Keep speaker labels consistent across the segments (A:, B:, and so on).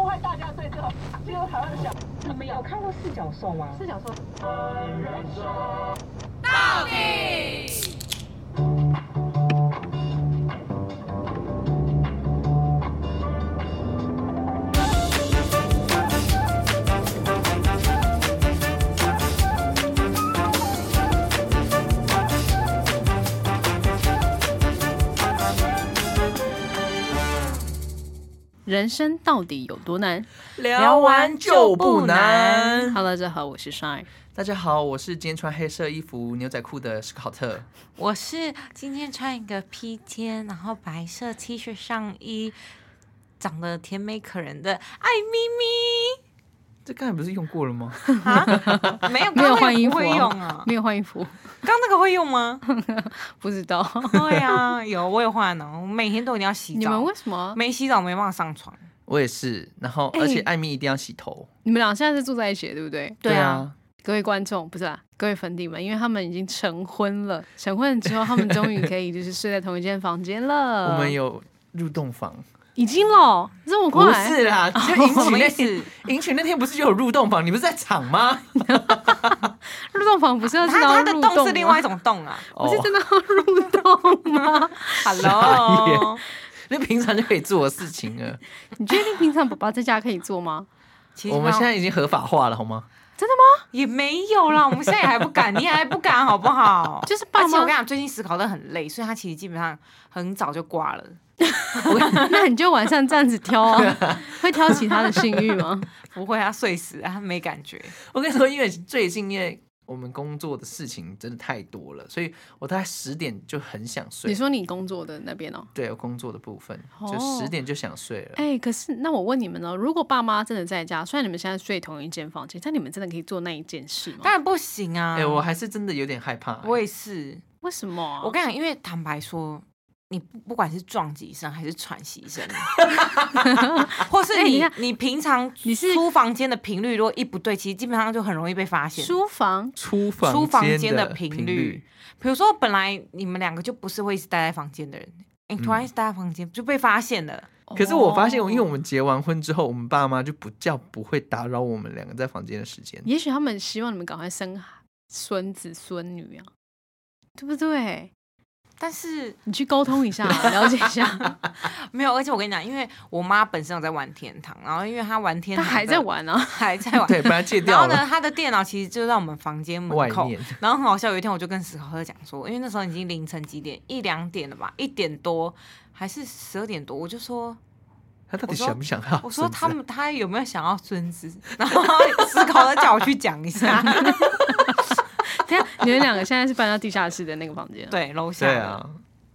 A: 好，这个台湾的小，你们有看过四角兽吗？
B: 四角兽。
C: 到底。
D: 人生到底有多难？
E: 聊完就不难。
D: Hello，大家好，我是 Shine。
E: 大家好，我是今天穿黑色衣服、牛仔裤的史考特。
F: 我是今天穿一个披肩，然后白色 T 恤上衣，长得甜美可人的爱咪
E: 这刚才不是用过了吗？
F: 咪 啊，没有
D: 没有换衣服、哦
F: 刚刚那个不会用啊？
D: 没有换衣服，
F: 刚刚那个会 用吗？
D: 不知道。
F: 对啊，有我有换呢，我每天都一定要洗澡。
D: 你们为什么？
F: 没洗澡没办法上床。
E: 我也是。然后，而且艾米一定要洗头。
D: 你们俩现在是住在一起的，对不对？
F: 对啊，
E: 哎啊，
D: 各位观众不是啊，各位粉底们，因为他们已经成婚了，成婚之后他们终于可以就是睡在同一间房间了。
E: 啊我们有入洞房，
D: 已经了，这么
E: 不
D: 快？
E: 是 啦，就迎娶
F: 什么
E: 那
F: 意思
E: 天，迎娶那天不是就有入洞房？你不是在场 吗？
D: 入洞房不是要
F: 他
D: 知道
F: 他的
D: 入
F: 洞
D: 洞
F: 是另外一
D: 吗，
F: 种洞 啊。
D: 不是
E: 哦
D: 真的要入洞吗？
E: 傻
F: ，Hello，
E: 眼那平常就可以做的事情 了。
D: 你确定平常爸爸在家可以做吗？
F: 其实
E: 我们现在已经合法化了，好吗？
F: 也没有啦，我们现在也还 不敢，你还不敢好不好？
D: 就是
F: 而
D: 爸
F: 且我跟你
D: 妈，
F: 讲，最近思考的很累，所以他其实基本上很早就挂了。
D: 那你就晚上这样子挑啊，会挑起他的性欲吗？
F: 不会，他睡死啊，他没感觉。
E: 我跟你说，因为最近因为我们工作的事情真的太多了，所以我大概十点就很想睡。
D: 你说你工作的那边哦，
E: 对，我工作的部分就
D: 哦
E: 十点就想睡了。
D: 哎、可是那我问你们哦，如果爸妈真的在家，虽然你们现在睡同一间房间，但你们真的可以做那一件事吗
F: 当？然不行啊！
E: 哎、我还是真的有点害怕、
F: 我也是。
D: 为什么啊、
F: 我跟你讲，因为坦白说，你不不管是撞击声还是喘息声， 或是
D: 哎你
F: 你、
D: 看
F: 你平常
D: 你是
F: 出房间的频率，如果一不对，其实基本上就很容易被发现。
D: 书房
E: 出
F: 出房间
E: 的
F: 的频率，比如说本来你们两个就不是会一直待在房间的人，你、突
D: 嗯
F: 然一直待在房间就被发现了。
E: 可是我发现，
D: 哦
E: 因为
F: 哦
E: 我们结完婚之后，我们爸妈就不叫不会打扰我们两个在房间的时间。
D: 也许他们希望你们赶快生孙子孙女啊，对不对？
F: 但是
D: 你去沟通一下，啊了解一下，
F: 没有，而且我跟你讲，因为我妈本身有在玩天堂，然后因为她玩天
D: 他
F: 堂，
D: 还在，玩啊。
F: 还在玩，
E: 对，本来戒
F: 然
E: 掉
F: 后呢，
E: 了。
F: 他的电脑其实就在我们房间门
E: 外
F: 口
E: 面。
F: 然后很好笑，有一天我就跟史考特讲说，因为那时候已经凌晨几点，一两点了吧，一点多还是十二点多，我就说，
E: 他到底
F: 我说
E: 想不想要？
F: 我说他，们他有没有想要孙子？ 然后史考特叫我去讲 一下，
D: 等一下，你们两个现在是搬到地下室的那个房间啊？
F: 对，楼下
E: 对
F: 的，
E: 啊，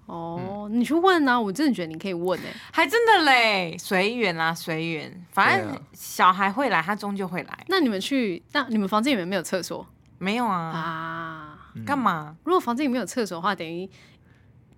D: 哦，你去问啊！我真的觉得你可以问哎、
F: 还真的嘞，随缘啦，随缘，反
E: 对啊
F: 正小孩会来，他终究会来，
D: 那你们去，那你们房间里面没有厕所
F: 没有啊，
D: 啊？
E: 嗯
F: 干嘛？
D: 如果房间里面有厕所的话，等于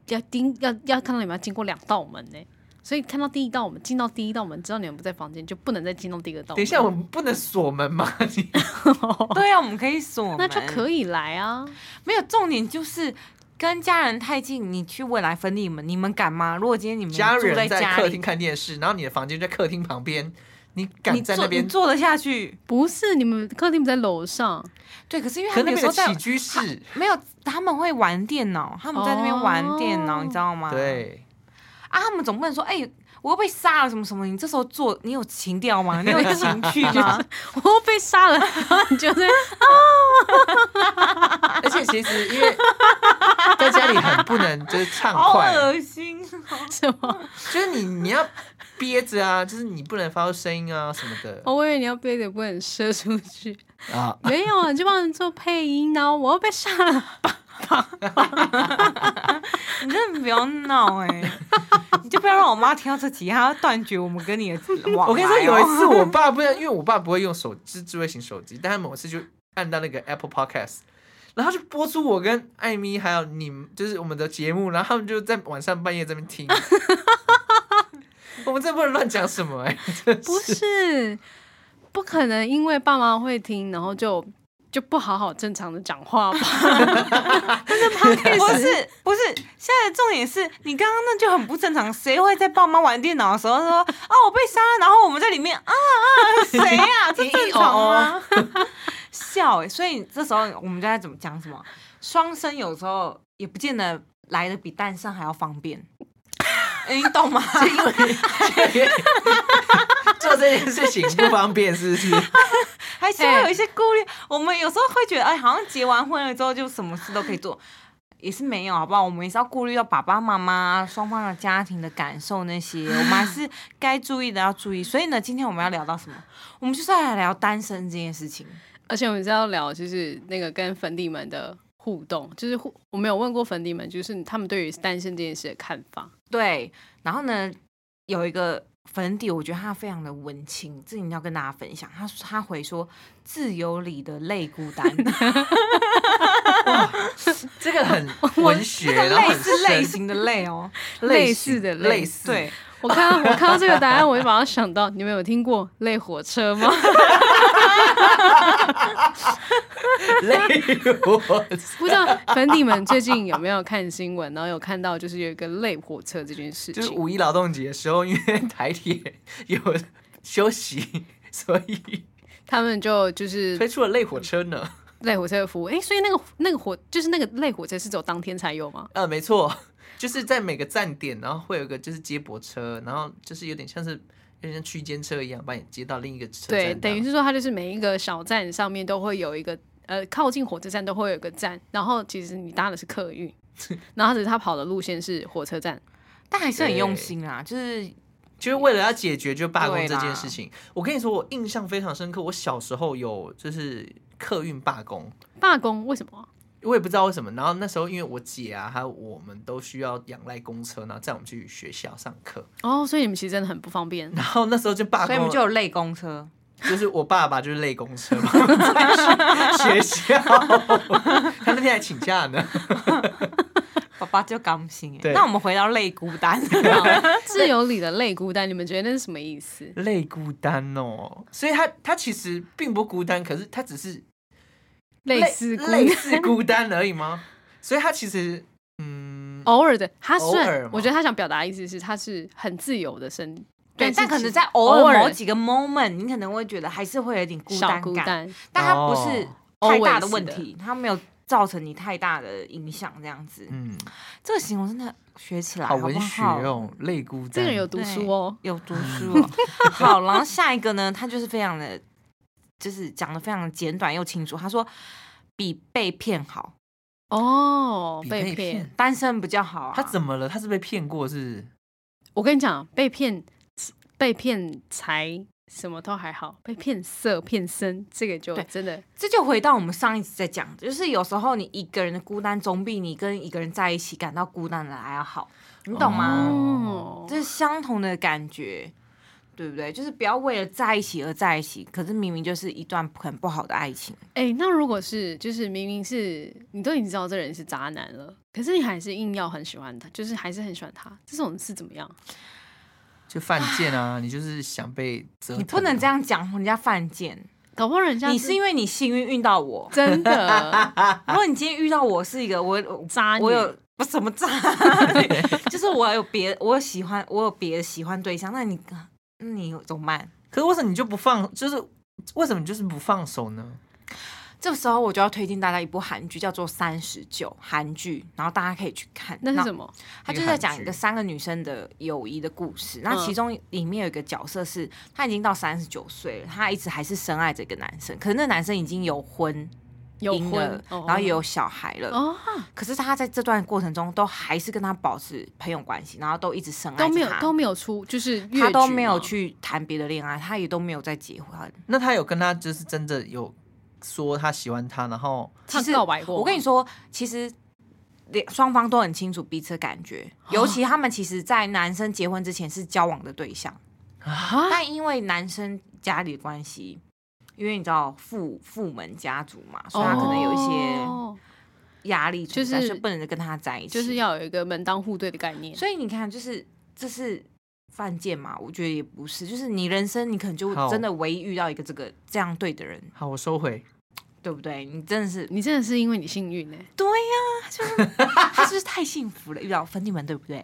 D: 要盯要要看到你们要经过两道门呢、所以看到第一道门，进到第一道门，知道你们不在房间，就不能再进到第二道门。
E: 等一下，我们不能锁门吗？ 你
F: 嗯对啊，我们可以锁门，
D: 那就可以来啊！
F: 没有重点就是跟家人太近，你去未来分离门，你们敢吗？如果今天你们
E: 家
F: 住
E: 人在
F: 家
E: 客
F: 里，
E: 厅看电视，然后你的房间就在客厅旁边，你
F: 你
E: 敢在那
F: 坐
E: 边
F: 你？坐得下去？
D: 不是你们客厅不在楼上，
F: 对，可是因为
E: 可
F: 他
E: 是
F: 们
E: 那
F: 有
E: 边
F: 时
E: 的
F: 候在
E: 起居室，
F: 没有，他们会玩电脑，他们在那边玩电脑，
D: 哦
F: 你知道吗？
E: 对，
F: 啊，他们总不能说哎。我又被杀了，什么什么？你这时候做，你有情调吗？你有 情趣吗？
D: 我又被杀了， 你就在
E: 而且其实因 为在家里很不能就是畅
F: 好
E: 快，
F: 恶心哦！
D: 什么？
E: 就是你你要憋着啊，就是你不能发出声音啊什么的
F: 哦
D: 我以为你要背着不能射出去，
E: 啊。
D: 没有啊，你就帮人做配音啊！我又被杀 了，
F: 你真的不要闹哎、 你就不要让我妈听到这集，她要断绝我们跟你的往来哦、
E: 我跟你说，有一次我爸不是，因为我爸不会用手智智慧型手机，但他某次就按到那个 Apple Podcast，然后就播出我跟艾米还有你们就是我们的节目，然后他们就在晚上半夜这边 听。我们这不能乱讲什么哎、
D: 不是，不可能，因为爸妈会听，然后就就不好好正常的讲话吧。但是 p o d
F: 不
D: c a s
F: 是不是，现在的重点是你刚刚那就很不正常，谁会在爸妈玩电脑的时候说哦我被杀了，然后我们在里面啊啊谁呀、这正常吗？笑欸所以这时候我们就在怎么讲什么双生，有时候也不见得来的比单身还要方便，你懂吗？
E: 做这件事情不方便，是不是？
F: 还是会有一些顾虑。我们有时候会觉得，哎，好像结完婚了之后就什么事都可以做， 也是没有，好不好？我们也是要顾虑到爸爸妈妈双方的家庭的感受 那些，我们还是该注意的要注意。所以呢，今天我们要聊到什么？我们就是要来聊单身这件事情。
D: 而且我们是要聊就是那个跟粉底们的互动，就是互我没有问过粉底们，就是他们对于单身这件事的看法。
F: 对，然后呢，有一个粉底，我觉得他非常的文青，这一定要跟大家分享。他他回说：“自由里的泪孤 单。”
E: 这个 很文学，然后
F: 类
E: 很
F: 似类
E: 深
F: 型的类哦，
D: 类似的类
E: 类似，
F: 对，
D: 我看到我看到这个答案，我就马上想到，你们有听过类火车 吗？
E: 类 我
D: 不知道粉底们最近有没有看新闻，然后有看到就是有一个类火车这件事
E: 就是
D: 情。
E: 五一劳动节的时候，因为台铁有休息， 所以
D: 他们就就是
E: 推出了类火车呢。
D: 类火车的服务，诶，所以那个那个火就是那个类火车是只有当天才有吗？
E: 呃，没错，就是在每个站点，然后会有一个就是接驳车，然后就是有点像是有点像区间车一样，把你接到另一个车站这
D: 对，
E: 样。
D: 等于是说它就是每一个小站上面都会有一个呃靠近火车站都会有一个站，然后其实你搭的是客运， 然后只是它跑的路线是火车站。
F: 但还是很用
E: 对
F: 心啦，就是
E: 就是为了要解决就罢工这件事
F: 对啦
E: 情。我跟你说，我印象非常深刻，我小时候有就是客运罢工。
D: 罢工为什么啊？
E: 我也不知道为什么，然后那时候因为我姐啊，还有我们都需要仰赖公车，然后载我们去学校上 课，
D: 哦，所以你们其实真的很不方便。
E: 然后那时候就罢
F: 所以我
E: 工
F: 们就
E: 了，
F: 有类公车，
E: 就是我爸爸就是累公车嘛， 在学学校， 他那天还请假呢。
F: 爸爸就高兴哎。
E: 对
F: 那我们回到类孤 单，
D: 自由里的类孤单，你们觉得那是什么意思？
E: 累孤单哦，所以他他其实并不孤单，可是他只是
D: 类似孤
E: 类似孤单而已吗？所以他其实嗯，
D: 偶尔的，他
E: 偶
D: 虽
E: 尔
D: 然
E: 嘛
D: 我觉得他想表达的意思是，他是很自由的生，
F: 对，但
D: 是
F: 可能
D: 其
F: 在偶尔某
D: 尔
F: 几个 moment，你可能会觉得还是会有点孤
D: 小
F: 单
D: 孤
F: 感，
D: 单，
F: 但它不是
E: 哦
F: 太大的问
D: Always
F: 题，它没有造成你太大的影响，这样子。
E: 嗯，
F: 这个形容真的学起来
E: 好
F: 不
E: 文学
F: 啊好？
E: 哦，嗯累孤单。
D: 这个人有读书哦，
F: 有读书哦。好，然后下一个呢，他就是非常的，就是讲的非常简短又清楚。他说比被骗好，
D: 哦，
E: 比
D: 被
E: 被
D: 骗
E: 骗。
F: 单身比较好啊。
E: 他怎么了？他是被骗过是？
D: 我跟你讲，被骗、被骗财什么都还好，被骗色、骗身，这个就
F: 对
D: 真的
F: 这就回到我们上一集在讲，的，就是有时候你一个人的孤单，总比你跟一个人在一起感到孤单的还要好，你懂吗？
D: 哦，
F: 这是相同的感觉，对不对？就是不要为了在一起而在一起，可是明明就是一段很不好的爱情。
D: 哎、那如果是就是明明是你都已经知道这人是渣男了，可是你还是硬要很喜欢他，就是还是很喜欢他，这种是怎么样？
E: 就犯贱啊！你就是想被折腾啊、
F: 你不能这样讲人家犯贱，
D: 搞不好人家。
F: 你是因为你幸运遇到我
D: 真的
F: 如果你今天遇到我是一个我我
D: 啊渣女，
F: 我有不什么渣， 就是我有别我有喜欢我有别的喜欢对象，那你那你怎么办？
E: 可是为什么你就不放？就是为什么你就是不放手呢？
F: 这时候我就要推荐大家一部韩剧，叫做《三十九》韩剧，然后大家可以去看。
D: 那是
F: 那
D: 什么？
F: 他就是在讲一
E: 一
F: 个
E: 个
F: 三个女生的友谊的故事。那
D: 嗯
F: 其中里面有一个角色是，她已经到三十九岁了，她一直还是深爱着一个男生，可是那男生已经有婚。
D: 有
F: 赢
D: 婚
F: 了，，
D: 哦
F: 然后也有小孩了。
D: 哦，
F: 可是她在这段过程中都还是跟他保持朋友关系，然后都一直深爱着
D: 都没有
F: 他
D: 都没有出，就是越
F: 她都
D: 剧
F: 没有
D: 吗，
F: 去谈别的恋爱，她也都没有再结婚。
E: 那他有跟他就是真的有说他喜欢他，然后
D: 他
F: 其实
D: 告白过吗。
F: 我跟你说，其实两双方都很清楚彼此的感觉，
D: 哦
F: 尤其他们其实，在男生结婚之前是交往的对象，
D: 啊，
F: 但因为男生家里的关系，因为你知道父父门家族嘛，所以他可能有一些
D: 哦
F: 压力存在，
D: 就是
F: 所以不能跟他在一起，
D: 就是要有一个门当户对的概念。
F: 所以你看，就是这是犯贱嘛？我觉得也不是，就是你人生你可能就
E: 好
F: 真的唯一遇到一个这个这样对的人，
E: 好，我收回。
F: 对不对？你真的是，
D: 你真的是因为你幸运哎、
F: 对呀、就是 他是不是太幸福了？遇到粉底们，对 不对？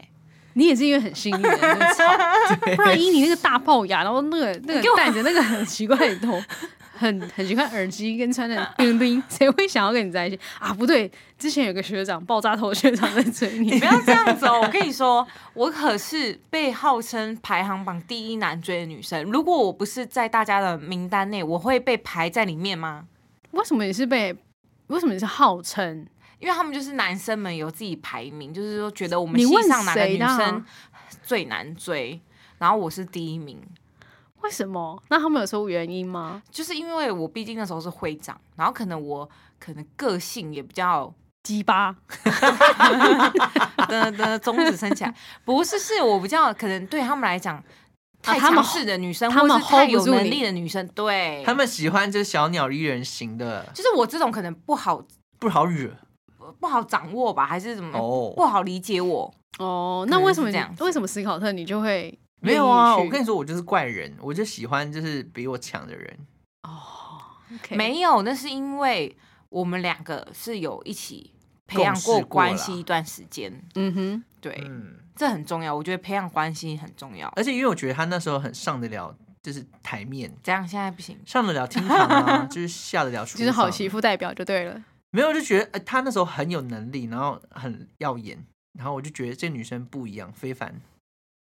D: 你也是因为很幸运、 欸，真的超不然以你那个大龅牙，然后那个那
F: 你给我
D: 个戴着那个很奇怪的 头，很很奇怪耳机跟穿的冰冰，谁会想要跟你在一起啊？不对，之前有个学长爆炸头学长在追你，
F: 不要这样子哦！我跟你说，我可是被号称排行榜第一难追的女生。如果我不是在大家的名单内，我会被排在里面吗？
D: 为什么你是被？为什么你是号称？
F: 因为他们就是男生们有自己排名，就是说觉得我们
D: 你
F: 系
D: 问
F: 上哪个
D: 谁
F: 女
D: 的啊
F: 生最难追，然后我是第一名，
D: 为什么？那他们有说原因吗？
F: 就是因为我毕竟那时候是会长，然后可能我可能个性也 比较呃
D: 鸡巴，
F: 的的中指撑起来，不是是我比较可能对他们来讲。太
D: 啊他们
F: 强势的女生，
D: 他
F: 或
D: 们
F: 是太
D: hold 不
F: 有
D: 住
F: 能
D: 你
F: 力的女生，对，
E: 他们喜欢就是小鸟依人型的，
F: 就是我这种可能不好
E: 不好惹
F: 不好掌握吧，还是
D: 嗯
F: 怎么、不
E: 哦。
F: 好理解我？
D: 哦，
F: 可
D: 那
F: 能
D: 为什么你
F: 是这样子
D: 为什么史考特你就会
E: 没有啊，
D: 愿意
E: 我
D: 去
E: 跟你说，我就是怪人，我就喜欢就是比我强的人。
D: 哦，OK，
F: 没有，那是因为我们两个是有一起培养
E: 共
F: 过
E: 事过
F: 关
E: 啦
F: 系一段时间，
D: 嗯哼，
F: 对，
E: 嗯，
F: 这很重要。我觉得培养关系很重要。
E: 而且因为我觉得他那时候很上得了，就是台面，
F: 这样现在不行，
E: 上得了厅堂 啊，就是下得了厨房。
D: 就是好媳妇代表就对了。
E: 没有，就觉得、呃、她那时候很有能力，然后很耀眼，然后我就觉得这女生不一样，非凡。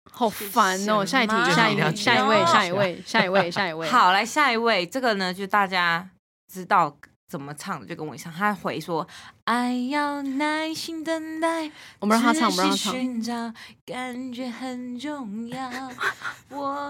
D: 好烦哦！
F: 是什
D: 下一题
F: 么，
D: 下一
E: 了
D: 题，
E: 解
D: 下一位，
F: 了解
D: 下一位，下一位，下一位。，
F: 好，来下一位，这个呢，就大家知道怎么唱的，就跟我一样。他回说：“爱要耐心等待，
D: 我们让他唱，我
F: 仔
D: 们让他
F: 细
D: 唱。
F: 寻找感觉很重要。 我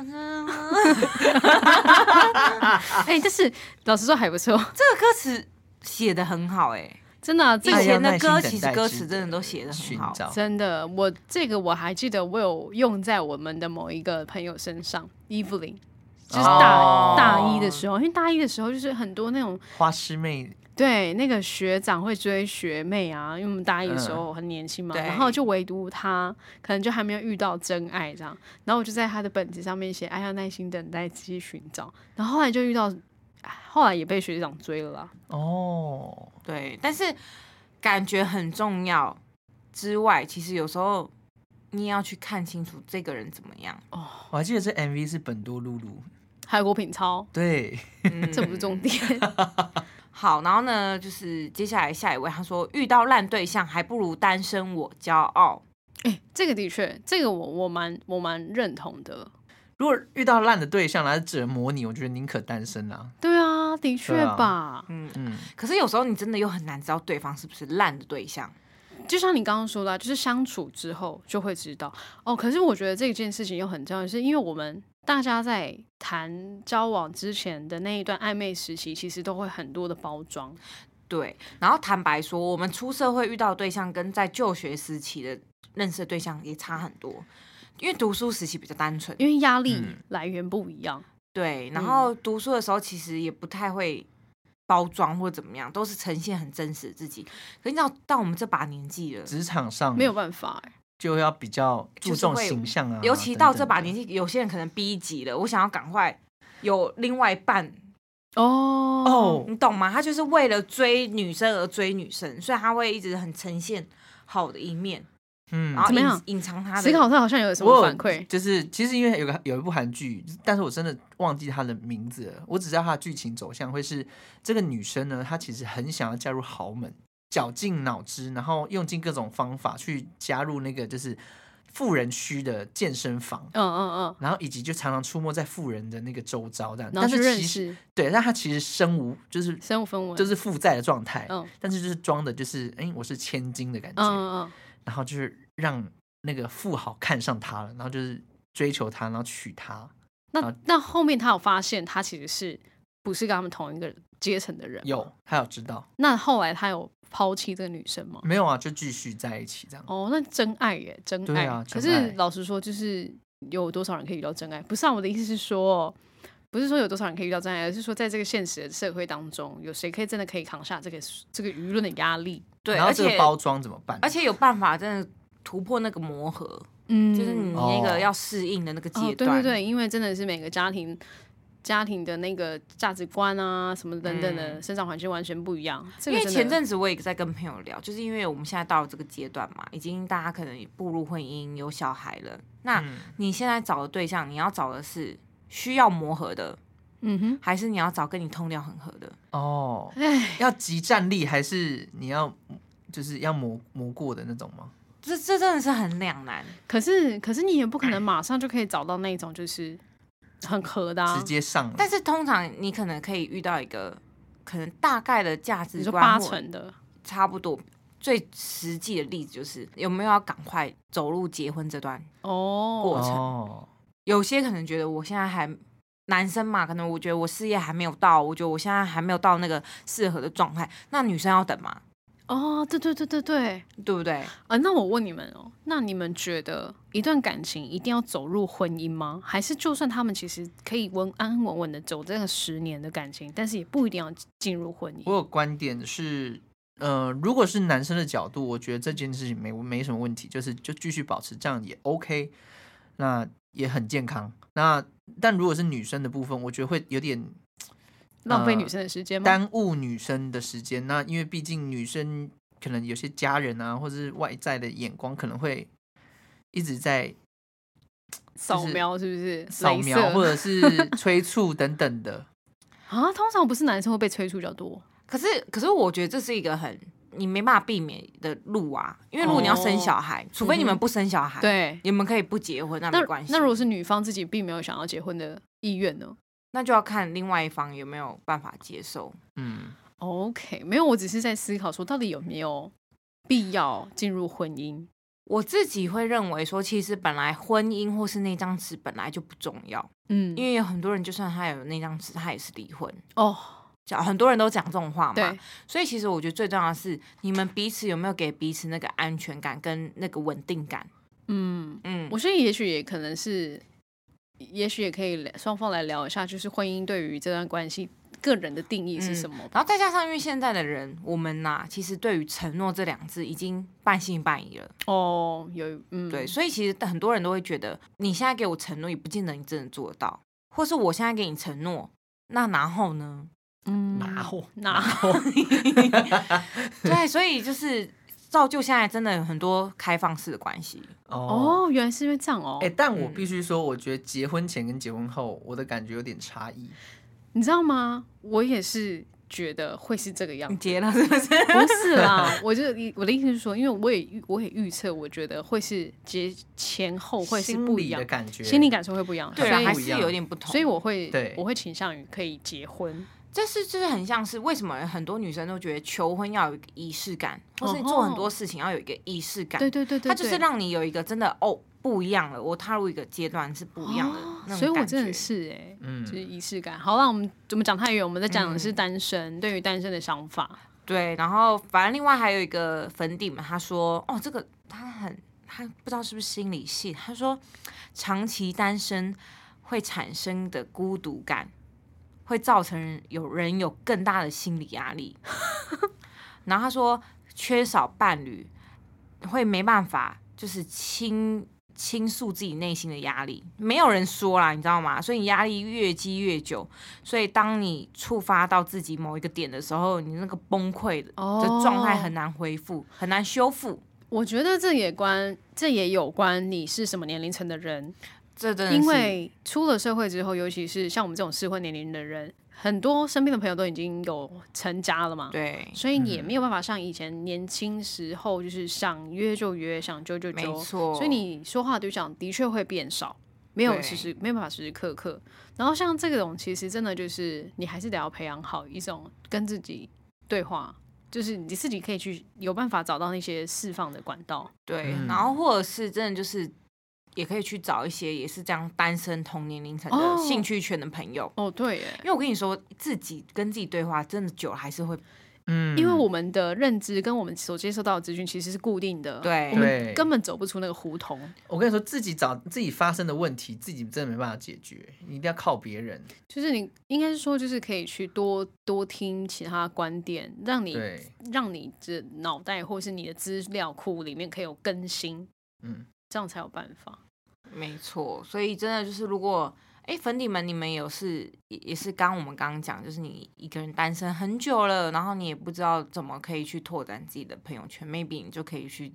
E: 啊
D: 哎，但是老实说还不错，
F: 这个歌词写的很好、哎，
D: 真的啊，
F: 以
D: 这
E: 哎
D: 个
E: 呀
F: 前的歌
E: 耐心等待
F: 其实歌
E: 值
F: 词
E: 得
F: 真的都写的很
E: 寻
F: 好。
E: 找
D: 真的，我这个我还记得，我有用在我们的某一个朋友身上，Evelyn，就是大、
E: 哦
D: 大一的时候，因为大一的时候就是很多那种
E: 花师妹，
D: 对，那个学长会追学妹啊，因为我们大一的时候很年轻嘛，
F: 对
D: 然后就唯独他可能就还没有遇到真爱这样，然后我就在他的本子上面写“哎，要耐心等待，仔细寻找”，然后后来就遇到，哎后来也被学长追了啦。
E: 哦，
F: 对，但是感觉很重要之外，其实有时候你也要去看清楚这个人怎么 样。
E: 我还记得这 MV 是本多露露，
D: 还有郭品超，
E: 对，
F: 嗯
D: 这不是重点，
F: 好，然后呢，就是接下来下一位，他说遇到烂对象还不如单身我骄傲。
D: 这个的确，这个我我蛮我蛮认同的。
E: 如果遇到烂的对象来折磨你，我觉得宁可单身啊。
D: 对啊，的确
E: 对啊
D: 吧，
F: 嗯，
E: 嗯，
F: 可是有时候你真的又很难知道对方是不是烂的对象。
D: 就像你刚刚说的啊、就是相处之后就会知道哦。可是我觉得这件事情又很重要，是因为我们大家在谈交往之前的那一段暧昧时期，其实都会很多的包装。
F: 对，然后坦白说，我们出社会遇到的对象跟在就学时期的认识的对象也差很多，因为读书时期比较单纯
D: 因。为压力
E: 嗯
D: 来源不一样，
F: 对，然
D: 嗯
F: 后读书的时候其实也不太会包装或怎么样，都是呈现很真实的自己。可是你知道，到我们这把年纪了，
E: 职场上
D: 没有办法、欸。
E: 就要比较注重
F: 呃就是会
E: 形象啊，
F: 尤其到这把
E: 等
F: 年
E: 等的
F: 纪，有些人可能逼急了，我想要赶快有另外一半，
D: 哦
E: 哦，
F: 你懂吗？他就是为了追女生而追女生，所以他会一直很呈现好的一面，
E: 嗯
F: 然，后
D: 怎么
F: 隐
D: 样
F: 隐藏他
D: 史考
F: 的。
D: 特好像有什么
E: 我
D: 反
E: 有
D: 馈？
E: 就是，其实因为有个有一部韩剧，但是我真的忘记它的名字了。我只知道它的剧情走向会是这个女生呢，她其实很想要加入豪门，绞尽脑汁，然后用尽各种方法去加入那个就是富人区的健身房。
D: 嗯嗯
E: 然后以及就常常出没在富人的那个周遭这样，
D: 嗯，然
E: 但
D: 后去
E: 是
D: 认
E: 其实
D: 识
E: 对，但她其实身无就是
D: 身无分文，
E: 就是负债的状态，
D: 嗯
E: 但是就是装的就是哎、我是千金的感觉，
D: 嗯嗯
E: 然后就是让那个富豪看上他了，然后就是追求他，然后娶她。
D: 嗯。
E: 好
D: 那那后面他有发现他其实是不是跟他们同一个阶层的人？
E: 有，
F: 哦
E: 他有知道
D: 那后来他有抛弃这个女生吗？
E: 没有啊？就继续在一起这样。
D: 哦，那真爱耶，真
E: 对
D: 爱。
E: 啊
D: 可
E: 真爱
D: 是老实说，就是有多少人可以遇到真爱？不是、啊，我的意思是说，不是说有多少人可以遇到真爱，而是说在这个现实的社会当中，有谁可以真的可以扛下这个这个舆论的压力？
F: 对，
E: 然后
F: 而
E: 这个
F: 且
E: 包装怎么办？
F: 而且有办法真的突破那个磨合，
D: 嗯
F: 就是你
E: 哦
F: 那个要适应的那个
D: 哦
F: 阶，
D: 对
F: 段。
D: 对对，因为真的是每个家庭家庭的那个价值观啊，什么等等
F: 嗯
D: 的生长环境完全不一样。这
F: 因
D: 个
F: 为
D: 真的
F: 前阵子我也在跟朋友聊，就是因为我们现在到了这个阶段嘛，已经大家可能步入婚姻、有小孩了。那
E: 嗯
F: 你现在找的对象，你要找的是需要磨合的，
D: 嗯哼，
F: 还是你要找跟你通调很合的？
E: 哦，
D: 哎，
E: 要集战力还是你要就是要磨磨过的那种吗？
F: 这这真的是很两难。
D: 可是可是你也不可能马上就可以找到那种就是很合的、啊，
E: 直接上了，
F: 但是通常你可能可以遇到一个可能大概的价
D: 你
F: 值
D: 说
F: 观，
D: 八成的，
F: 差不多。最实际的例子就是有没有要赶快走入结婚这段
D: 哦
F: 过程？
E: 哦，
F: 有些可能觉得我现在还男生嘛，可能我觉得我事业还没有到，我觉得我现在还没有到那个适合的状态。那女生要等嘛，
D: 哦，对对对对对
F: 对不对？
D: 啊！那我问你们哦，那你们觉得一段感情一定要走入婚姻吗？还是就算他们其实可以稳安安稳稳的走这个十年的感情，但是也不一定要进入婚
E: 我
D: 姻？
E: 有观点是，呃，如果是男生的角度，我觉得这件事情没没什么问题，就是就继续保持这样也 OK，那也很健康。那但如果是女生的部分，我觉得会有
D: 嗯
E: 点
D: 浪费
E: 呃
D: 女生的时间吗？
E: 耽误女生的时间。那因为毕竟女生可能有些家人啊，或者是外在的眼光，可能会一直在
D: 扫
E: 就是
D: 描是不是？
E: 扫
D: 镭
E: 描
D: 射
E: 或 者是催促等等的。
D: 啊，通常不是男生会被催促比较多。
F: 可是，可是我觉得这是一个很你没办法避免的路啊，因为如果你要生小孩，除非你们不生小
E: 哎
F: 孩，，
D: 哦嗯对，
F: 你们可以不结婚，那
D: 那
F: 没关系。
D: 那如果是女方自己并没有想要结婚的意愿呢
F: 那就要看另外一方有没有办法接受。
E: 嗯，
D: ？OK，没有，我只是在思考说，到底有没有必要进入婚姻？
F: 我自己会认为说，其实本来婚姻或是那张纸本来就不重要，
D: 嗯，
F: 因为有很多人就算他有那张纸，他也是离婚。
D: 哦，
F: 讲很多人都讲这种话嘛
D: 对，，
F: 所以其实我觉得最重要的是你们彼此有没有给彼此那个安全感跟那个稳定感。
D: 嗯，
F: 嗯，
D: 我觉得也许也可能是，也许也可以双方来聊一下，就是婚姻对于这段关系个人的定义是
F: 嗯
D: 什么吧。
F: 然后再加上因为现在的人，我们呐、其实对于承诺这两字已经半信半疑了。
D: 哦，有，嗯，
F: 对，所以其实很多人都会觉得，你现在给我承诺，也不见得你真的做得到，或是我现在给你承诺，那然后呢？
D: 嗯，
E: 拿货
D: 拿
E: 货，
F: 对，所以就是造就现在真的有很多开放式的关 系。
E: 哦。
D: 哦，原来是因为这样哦。
E: 哎、但我
F: 嗯
E: 必须说，我觉得结婚前跟结婚后，我的感觉有点差异。
D: 你知道吗？我也是觉得会是这个样
F: 你
D: 子。
F: 结了是不是？
D: 不是啦，我就我的意思是说，因为我也预我也预测，我觉得会是节前后会是
E: 心
D: 不一
E: 理
D: 样
E: 的，感觉，
D: 心理感受会不一样，
F: 对
D: 所
F: 啊，
D: 以
F: 还
E: 不一
F: 是
E: 样
F: 有点不同。
D: 所以我会
E: 对
D: 我会倾向于可以结婚，
F: 这是就是很像是为什么很多女生都觉得求婚要有一个仪式感，或是你做很多事情要有一个仪式
D: 哦
F: 感，
D: 对对对对，
F: 它就是
D: 对
F: 让你有一个真的哦不一样了，我踏入一个阶段是不一样的
D: 哦
F: 那种
D: 所以我
F: 感
D: 真的
F: 觉
D: 是哎、
E: 嗯
D: 就是仪式感。好了，我们我们讲太远，我们在讲的是单身，对于单身的想法。
F: 对，然后反正另外还有一个粉底嘛，他说哦这个他很他不知道是不是心理系，他说长期单身会产生的孤独感，会造成有人有更大的心理压力。 然后他说缺少伴侣会没办法，就是倾倾诉自己内心的压力，没有人说啦，你知道吗？所以你压力越积越久，所以当你触发到自己某一个点的时候，你那个崩溃的
D: 哦
F: 的状态很难恢复，很难修复。
D: 我觉得这也关，这也有关你是什么年龄层的人，
F: 这真的是
D: 因为出了社会之后，尤其是像我们这种适婚年龄的人，很多身边的朋友都已经有成家了嘛，
F: 对，
D: 所以你
E: 嗯
D: 也没有办法像以前年轻时候，就是想约就约，想揪就
F: 没
D: 揪，
F: 错
D: 所以你说话对象的确会变少，没有
F: 对
D: 时时没有办法时时刻刻。然后像这种，其实真的就是你还是得要培养好一种跟自己对话，就是你自己可以去有办法找到那些释放的管道。
F: 对，
E: 嗯
F: 然后或者是真的就是。也可以去找一些也是这样单身同年龄层
D: 哦
F: 的兴趣圈的朋友，
D: 哦，对耶，
F: 因为我跟你说，自己跟自己对话真的久了还是会
E: 嗯，
D: 因为我们的认知跟我们所接受到的资讯其实是固定的，
F: 对
D: 我们
E: 对
D: 根本走不出那个胡同。
E: 我跟你说，自己找自己发生的问题，自己真的没办法解决，你一定要靠别人。
D: 就是你应该是说，就是可以去多多听其他观点，让你
E: 对，
D: 让你这脑袋或是你的资料库里面可以有更新，
E: 嗯，
D: 这样才有办法。
F: 没错，所以真的就是如果哎、哎、粉底们，你们有是也也是刚我们刚刚讲，就是你一个人单身很久了，然后你也不知道怎么可以去拓展自己的朋友圈，maybe 你就可以去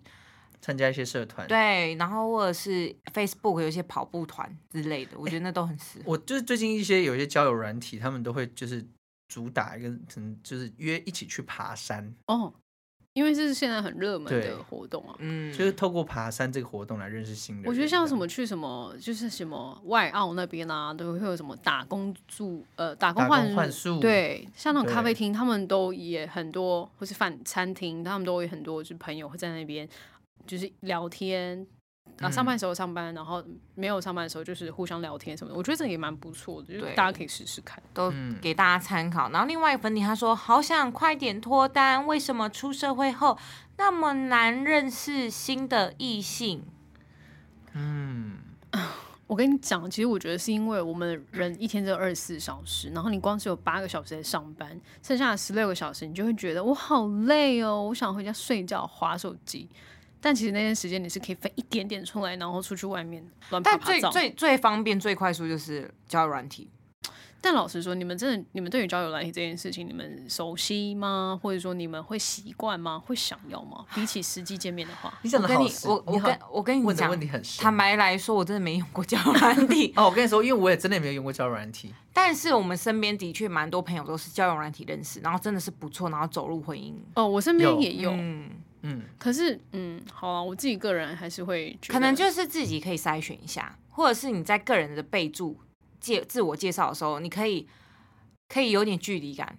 E: 参加一些社团。，
F: 对，然后或者是 Facebook 有一些跑步团之类的，我觉得那都很适合。
E: 我就是最近一些有一些交友软体，他们都会就是主打一个，可能就是约一起去爬山，
D: 哦，因为这是现在很热门
E: 对
D: 的活动啊。
F: 嗯，
E: 就是透过爬山这个活动来认识新的人。
D: 我觉得像
E: 这
D: 什
E: 样
D: 么去什么，就是什么外澳那边啊，都会有什么打工住呃打工
E: 打工
D: 换
E: 换宿
D: 对，像那种咖啡
E: 对
D: 厅，他们都也很多，或是饭餐厅，他们都有很多就是朋友会在那边就是聊天。啊，上
E: 嗯
D: 班的时候上班，然后没有上班的时候就是互相聊天什么的，我觉得这个也蛮不错的，就是
F: 对
D: 大家可以试试看。
F: 都
E: 嗯
F: 给大家参考。然后另外一个粉底他说：“好想快点脱单，为什么出社会后那么难认识新的异性
E: 嗯，
D: 我跟你讲，其实我觉得是因为我们人一天只有二十四小时，然后你光是有八个小时在上班，剩下的十六个小时，你就会觉得我好累哦，我想回家睡觉、划手机。但其实那些时间你是可以分一点点出来，然后出去外面乱？”爬
F: 但
D: 爬
F: 最
D: 照。
F: 最最方便、最快速就是交友软体。
D: 但老实说，你们真的，你们对于交友软体这件事情，你们熟悉吗？或者说你们会习惯吗？会想要吗？比起实际见面的话，
E: 你讲的
F: 我跟
E: 好
F: 你
E: 深，
F: 我我
E: 你好
F: 跟我跟你
E: 问的
F: 讲
E: 问，题很深。，
F: 坦白来说，我真的没用过交友软体
E: 哦，我跟你说，因为我也真的没有用过交友软体，
F: 但是我们身边的确蛮多朋友都是交友软体认识，然后真的是不错，然后走入婚姻。
D: 哦，我身边
E: 有
D: 也有，
F: 嗯，
E: 嗯，
D: 可是嗯，好啊，我自己个人还是会觉得，
F: 可能就是自己可以筛选一下，或者是你在个人的备注介自我介绍的时候，你可以可以有点距离感，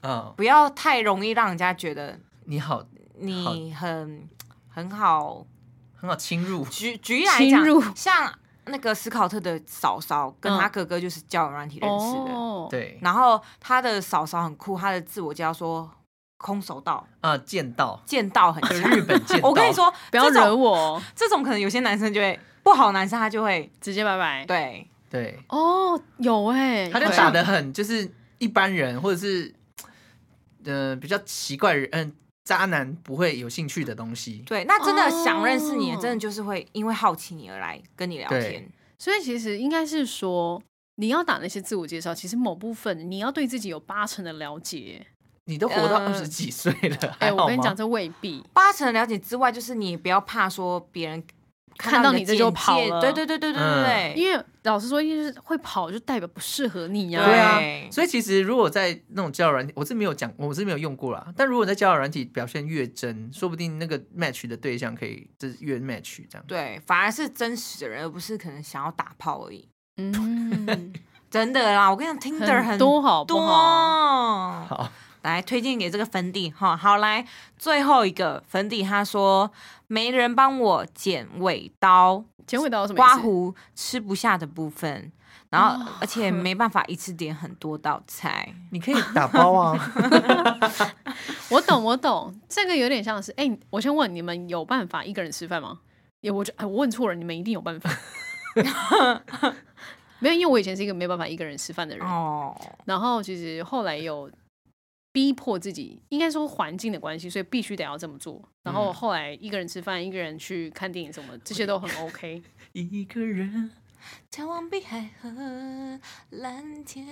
E: 啊、
F: 不要太容易让人家觉得
E: 你好，
F: 你很很好。
E: 很好侵入，
F: 举举例来
D: 侵入
F: 讲，像那个斯考特的嫂嫂跟他
D: 嗯
F: 哥哥就是交友软体认识的，
D: 哦，
E: 对，
F: 然后他的嫂嫂很酷，他的自我介绍说空手道、
E: 啊、剑道，
F: 剑道很
E: 就
F: 强。
E: 日本剑道。
F: 我跟你，说，
D: 不要
F: 这种
D: 惹我哦，
F: 这种可能有些男生就会不好，男生他就会
D: 直接拜拜。
F: 对
E: 对，
D: 哦，有哎、
E: 他就
D: 有欸
E: 打的很就是一般人或者是呃比较奇怪人，嗯、渣男不会有兴趣的东西。
F: 对，那真的想认识你，
D: 哦
F: 真的就是会因为好奇你而来跟你聊天。
D: 所以其实应该是说，你要打那些自我介绍，其实某部分你要对自己有八成的了解。
E: 你都活到
F: 呃
E: 二十几岁了，
D: 哎、
E: 还
D: 我
E: 好
D: 跟你讲，
E: 吗？
D: 这未必。
F: 八成的了解之外，就是你也不要怕说别人
D: 看到
F: 你
D: 你
F: 的
D: 这就
F: 简介
D: 跑了
F: 对对对对对
E: 嗯
F: 对对，
D: 因为老实说，因为就是会跑，就代表不适合你呀、
E: 对
F: 对
E: 啊，所以其实如果在那种交友软体，我是没有讲，我是没有用过啦。但如果在交友软体表现越真，说不定那个 match 的对象可以就是越 match 这样。
F: 对，反而是真实的人，而不是可能想要打炮而已。
D: 嗯，
F: 真的啦，我跟你讲，Tinder 很
D: 多好不
F: 多
D: 好？
E: 好，
F: 来推荐给这个粉底哈。好，来最后一个粉底，他说没人帮我剪尾刀，
D: 剪尾刀有什么
F: 刮
D: 意思？
F: 胡吃不下的部分，然后、
D: 哦
F: 而且没办法一次点很多道菜。
E: 你可以打包啊，
D: 我懂，我懂，这个有点像是，哎、我先问你们有办法一个人吃饭吗？也我就哎，我问错了，你们一定有办法。 没有，因为我以前是一个没办法一个人吃饭的人。
F: 哦，
D: 然后其实后来有逼迫自己，应该说环境的关系，所以必须得要这么做。然后
E: 嗯
D: 后来一个人吃饭，一个人去看电影什么，这些都很 OK。
E: 一个人。
F: 眺望碧海和蓝天。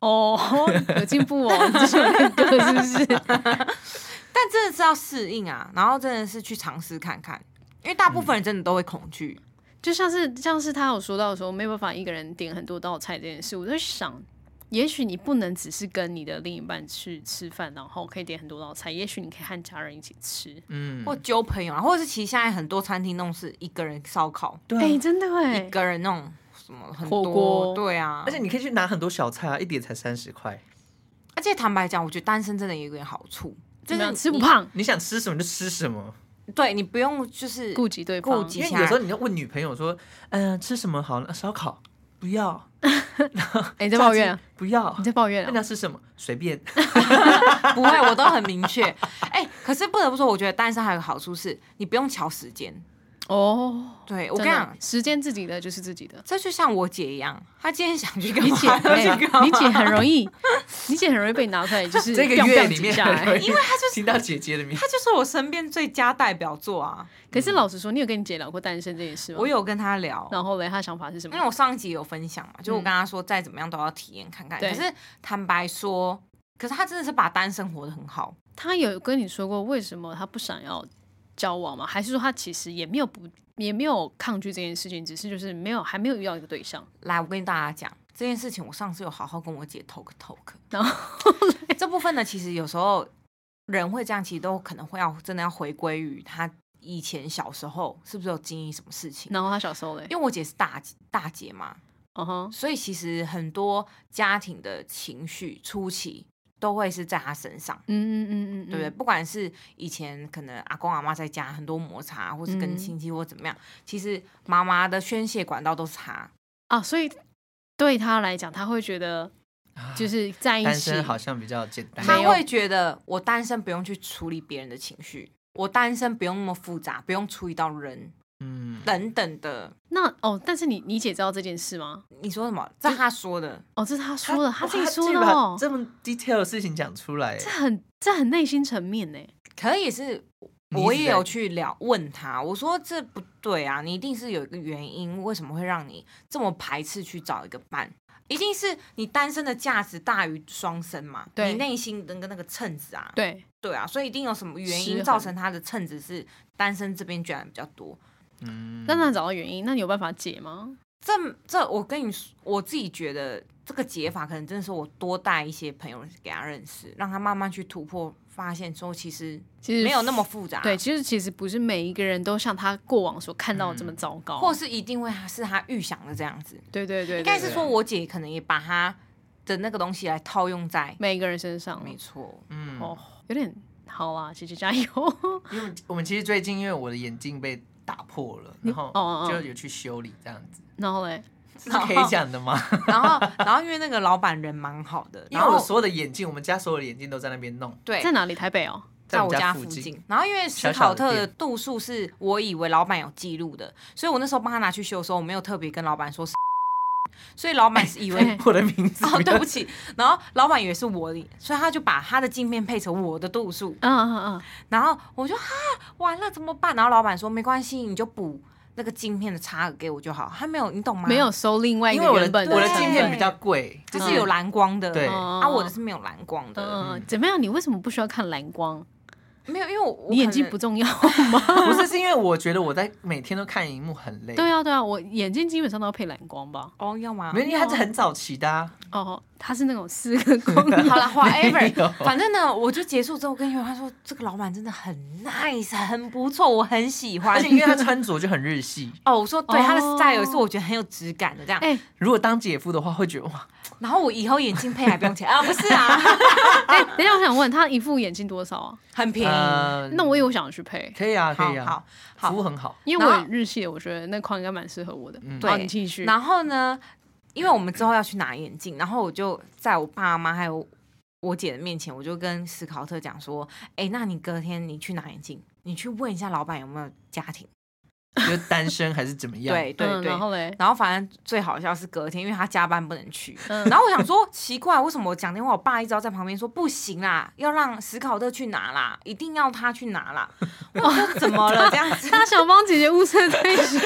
D: 哦， 有进步哦，你之前有 练歌是不是？
F: 但真的是要适应啊，然后真的是去尝试看看，因为大部
D: 嗯
F: 分人真的都会恐惧。
D: 就像是像是他有说到说没有办法一个人点很多道菜这件事，我在想。也许你不能只是跟你的另一半去吃饭，然后可以点很多道菜。也许你可以和家人一起吃。
E: 嗯，
F: 或揪朋友啊，或者是其实现在很多餐厅弄是一个人烧烤，
E: 对啊
D: 哎、真的哎
F: 一，个人弄什么很
D: 火
F: 多，
D: 锅
F: 对啊，
E: 而且你可以去拿很多小菜啊，一点才三十块。
F: 而且坦白讲，我觉得单身真的有一点好处，就
D: 怎么
F: 是
D: 样
F: 你
D: 吃不，胖，
E: 你想吃什么就吃什么，
F: 对你不用就是
D: 顾及对
F: 顾
D: 方。
F: 及
E: 因为有时候你要问女朋友说，嗯、吃什么好呢？烧烤不要，
D: 哎、你在抱怨
E: 炸
D: 啊
E: 鸡？不要
D: 你，在抱怨、啊
E: 那？你要吃什么随 便。
F: 不会，我都很明确。哎、可是不得不说，我觉得单身还有个好处是，你不用瞧时间。
D: 哦，
F: 对我跟
D: 真
F: 你
D: 的
F: 讲，
D: 时间自己的就是自己 的。
F: 这就像我姐一样，她今天想去干
D: 你
F: 嘛
D: 姐
F: 就
D: 妹，
F: 去干 嘛，
D: 你姐很容易，你姐很容易被拿出来，就是
E: 这个
D: 彪
E: 月
D: 彪
E: 里
D: 几
E: 面
D: 下
E: 很容
D: 来。
E: 易
F: 因为她就是
E: 听到姐姐的名字
F: 她就是我身边最佳代表作啊。
D: 可是老实说，你有跟你姐聊过单身这件事吗？
F: 我。有跟她聊，
D: 然后嘞，她想法是什么
F: 因为？我上一集有分享嘛，就我跟他说再怎么样都要体验看看。
D: 嗯对
F: 可是坦白说，可是他真的是把单身活得很好。
D: 她有跟你说过为什么她不想要交往吗？还是说她其实也没有不也没有抗拒这件事情，只是就是没有还没有遇到一个对象。
F: 来，我跟大家讲这件事情，我上次有好好跟我姐 talk talk。
D: 然后
F: 这部分呢，其实有时候人会这样，其实都可能会要真的要回归于他以前小时候是不是有经历什么事情。
D: 然后她小时候嘞，
F: 因为我姐是大姐大姐嘛，
D: 嗯哼，
F: 所以其实很多家庭的情绪初期都会是在她身上。
D: 嗯嗯嗯嗯，
F: 对不对？
D: 嗯？
F: 不管是以前可能阿公阿妈在家很多摩擦，或是
D: 嗯
F: 跟亲戚或怎么样，其实妈妈的宣泄管道都是她。
D: 啊，所以对她来讲，她会觉得 就是在一
E: 啊单
D: 起，
E: 身好像比较简单，
F: 她
D: 有
F: 会觉得我单身不用去处理别人的情绪，我单身不用那么复杂，不用处理到人
E: 嗯，
F: 等等的。
D: 那哦，但是你你姐知道这件事吗？
F: 你说什么？这是她说的，
D: 哦，这是她说的，她自己
E: 哇
D: 说的
E: 把
D: 哦，
E: 这么 detail 的事情讲出来，
D: 这很这很内心层面呢。
F: 可能也是
E: 你一直
F: 我也
E: 在
F: 有去聊问她，我说这不对啊，你一定是有一个原因，为什么会让你这么排斥去找一个伴？一定是你单身的价值大于双身嘛？
D: 对
F: 你内心的那个秤子啊，
D: 对，
F: 对啊，所以一定有什么原
D: 失
F: 因
D: 衡
F: 造成他的秤子是单身这边居然比较多。
E: 嗯，
D: 但那找到原因，那你有办法解吗？
F: 这这，我跟你说，我自己觉得这个解法可能真的是我多带一些朋友给他认识，让他慢慢去突破，发现说其实
D: 其实
F: 没有那么复杂，
D: 对，其实其实不是每一个人都像他过往所看到的这么糟糕，啊
F: 或是一定会是他预想的这样子。
D: 对对对，
F: 应该
D: 对
F: 是
D: 对
F: 说，我姐可能也把她的那个东西来套用在，
D: 每一个人身上，
F: 没错，
E: 嗯，
D: 哦，有点好啊，姐姐加油，
E: 因为我们其实最近因为我的眼镜被打破了，然后
D: 哦哦
E: 就有去修理这样 子，
D: 然后嘞，
E: 这是可以讲的吗？
F: 然后然后因为那个老板人蛮好的，
E: 因
F: 然
E: 为
F: 后
E: 我所有的眼镜，我们家所有的眼镜都在那边弄，
F: 对
D: 在。哪里？台北哦，
F: 在
E: 我
F: 我家
E: 附
F: 附近，然后因为史考特的度数是我以为老板有记录的，所以我那时候帮他拿去修的时候，我没有特别跟老板说是，所以老板是以为
D: 哎
E: 我的名字
F: 哦，
E: 没
F: 对
E: 有
F: 不起，然后老板以为是我的，所以他就把他的镜片配成我的度数，
D: 嗯嗯嗯，
F: 然后我就哈完了怎么办？然后老板说没关系，你就补那个镜片的差额给我就好，他没有，你懂吗？
D: 没有，收另外一
E: 因
D: 个
E: 为我
D: 原
E: 的
D: 本
E: 我的
D: 成
E: 镜片
D: 分
E: 比较贵，
F: 它
D: 嗯
F: 是有蓝光的，
E: 对
F: 啊，我的是没有蓝光
D: 嗯
F: 的，
D: 嗯，嗯怎么样？你为什么不需要看蓝光？
F: 没有，因为我我
D: 嗯你眼
F: 可
D: 睛
F: 能
D: 不重要 吗？
E: 不是是因为我觉得我在每天都看荧幕很累，
D: 对啊对啊，我眼睛基本上都要配蓝光吧。
F: 哦，要吗
E: 没？有，因为它是很早期的啊，
D: 哦，它是那种四个光 的
F: 好了
E: 没有
F: ，whatever，反正呢，我就结束之后跟你他说，这个老板真的很 nice，很不错，我很喜欢
E: 而。且因为他穿着就很日系，
F: 哦，我说对，他的
D: 哦
F: style 是我觉得很有质感的这样。
D: 哎
E: 如果当姐夫的话，会觉得哇，
F: 然后我以后眼镜配还 不用钱啊？不是啊，
D: 哎，等一下，我想问他一副眼镜多少啊？
F: 很便宜。
E: 呃，
D: 那我有想去配，
E: 可以啊，可
F: 好
E: 以啊
F: 好，好
E: 服务很好，
D: 因为我
F: 然
D: 有
F: 后
D: 日系的，我觉得那框应该蛮适合我的。
E: 嗯
D: 好
F: 对
D: 哦你继续。
F: 然后呢，因为我们之后要去拿眼镜，然后我就在我爸妈还有我姐的面前，我就跟史考特讲说：“哎，那你隔天你去拿眼镜，你去问一下老板有没有家庭。
E: 就是单身还是怎么”样？
F: 对对
D: 嗯
F: 对。
D: 然后嘞，
F: 然后反正最好笑是隔天，因为他加班不能去。
D: 嗯
F: 然后我想说，奇怪，为什么我讲电话，我爸一直要在旁边说不行啦，要让史考特去拿啦，一定要他去拿啦。我说 怎么了这样子？
D: 他想帮姐姐物色对 象，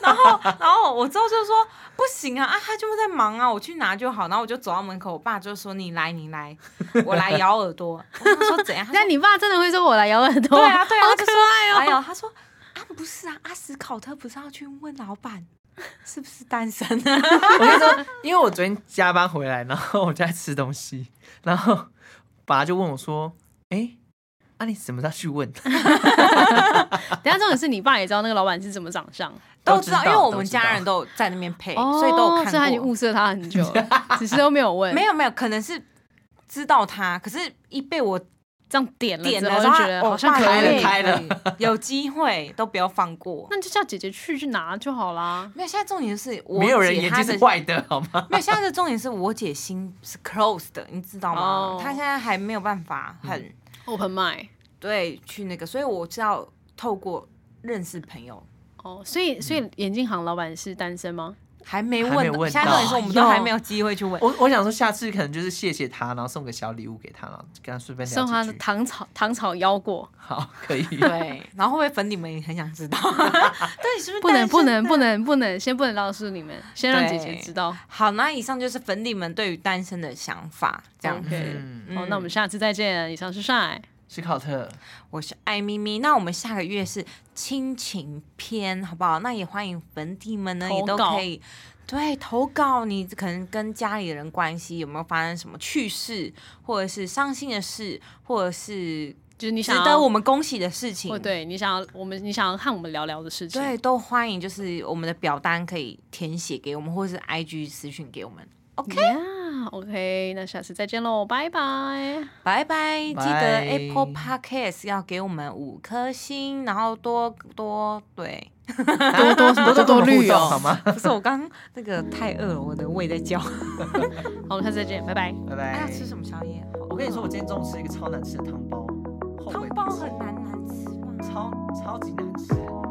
F: 然后然后我之后就说不行啊啊，他就在忙啊，我去拿就好。然后我就走到门口，我爸就说你来你来，我来咬耳朵。我说怎样？他说
D: 但你爸真的会说我来咬耳朵？
F: 对啊对啊，
D: 好
F: 他
D: 可
F: 就说
D: 爱
F: 哎
D: 哦。
F: 呦，他说啊不是啊，阿史考特不是要去问老板是不是单身啊？
E: 我跟你说，因为我昨天加班回来，然后我就在吃东西，然后爸就问我说：“哎、啊你什么时候去问
D: 哎等一下重点是你爸也知道那个老板是怎么长相，
E: 都
F: 都
E: 知
F: 知
E: 道
F: 道，因为我
E: 都
F: 们
E: 知道
F: 家人都有在那边配，哎所以都
D: 哦
F: 有
D: 所以他
F: 看
D: 已经
F: 过。
D: 物色他很久 了，只是都没有问。
F: 没有没有，可能是知道他，可是一被我
D: 这样点了
F: 点
D: 之
F: 了，
D: 后，就
F: 然后
D: 觉得
F: 我
D: 好像
F: 爸
D: 可
E: 开了
D: 以
F: 也。
E: 开了
F: 可以有机会都不要放过。
D: 那就叫姐姐去去拿就好啦。
F: 没有，现在重点是？”我
E: 没有人
F: 姐
E: 眼
F: 她
E: 睛
F: 的
E: 是坏的，好吗？
F: 没有，现在的重点是我姐心是 close 的，你知道吗
D: 哦？
F: 她现在还没有办法很
D: Open mind，
F: 对去那个，所以我知道透过认识朋友
D: 哦，所以所以眼镜行老板是单身吗？
F: 还没
E: 还没
F: 问到，
E: 问
F: 现在
E: 到
F: 到底是我们都还没有机会去问。
E: 我我想说，下次可能就是谢谢他，然后送个小礼物给他，然后跟他顺
F: 嗯
E: 便聊
D: 送他
E: 几句
D: 糖炒糖炒腰果，
E: 好，可 以。
F: 对，然后会不会粉底们也很想知道？对， 你是不是
D: 不能
F: 单身
D: 不能
F: 的
D: 不能不能，先不能告诉你们，先让姐姐
F: 对
D: 知道。
F: 好，那以上就是粉底们对于单身的想法，这样子。
D: OK，
E: 嗯，
D: 好，那我们下次再见。以上是上海，
E: 史考特，
F: 我是艾咪咪，那我们下个月是亲情篇，好不好？那也欢迎粉底们呢，
D: 投
F: 也都
D: 稿
F: 可以对投稿你可能跟家里人关系有没有发生什么趣事，或者是伤心的事，或者是
D: 就是你
F: 值
D: 想要
F: 得我们恭喜的事情
D: 哦，，对你想要我们你想要和我们聊聊的事情，
F: 对，都欢迎，就是我们的表单可以填写给我们，或者是 IG 私讯给我们。OK，
D: 呀，OK，那下次再见喽，拜拜。
F: 拜拜！记得
E: 拜
F: Apple Podcast 要给我们五颗星，然后多多对，
E: 多多多多多绿哦，好吗？
F: 不是我刚那个太饿了，我的胃在叫。
D: 好，我们下次再见，拜拜。
E: 拜
F: 哎
E: 拜
F: 呀，。吃什么宵夜？好饿
E: 我跟你说，我今天中午吃一个超难吃的汤包，后
F: 汤
E: 悔不
F: 包
E: 吃
F: 很难难吃吧？
E: 超超级难吃。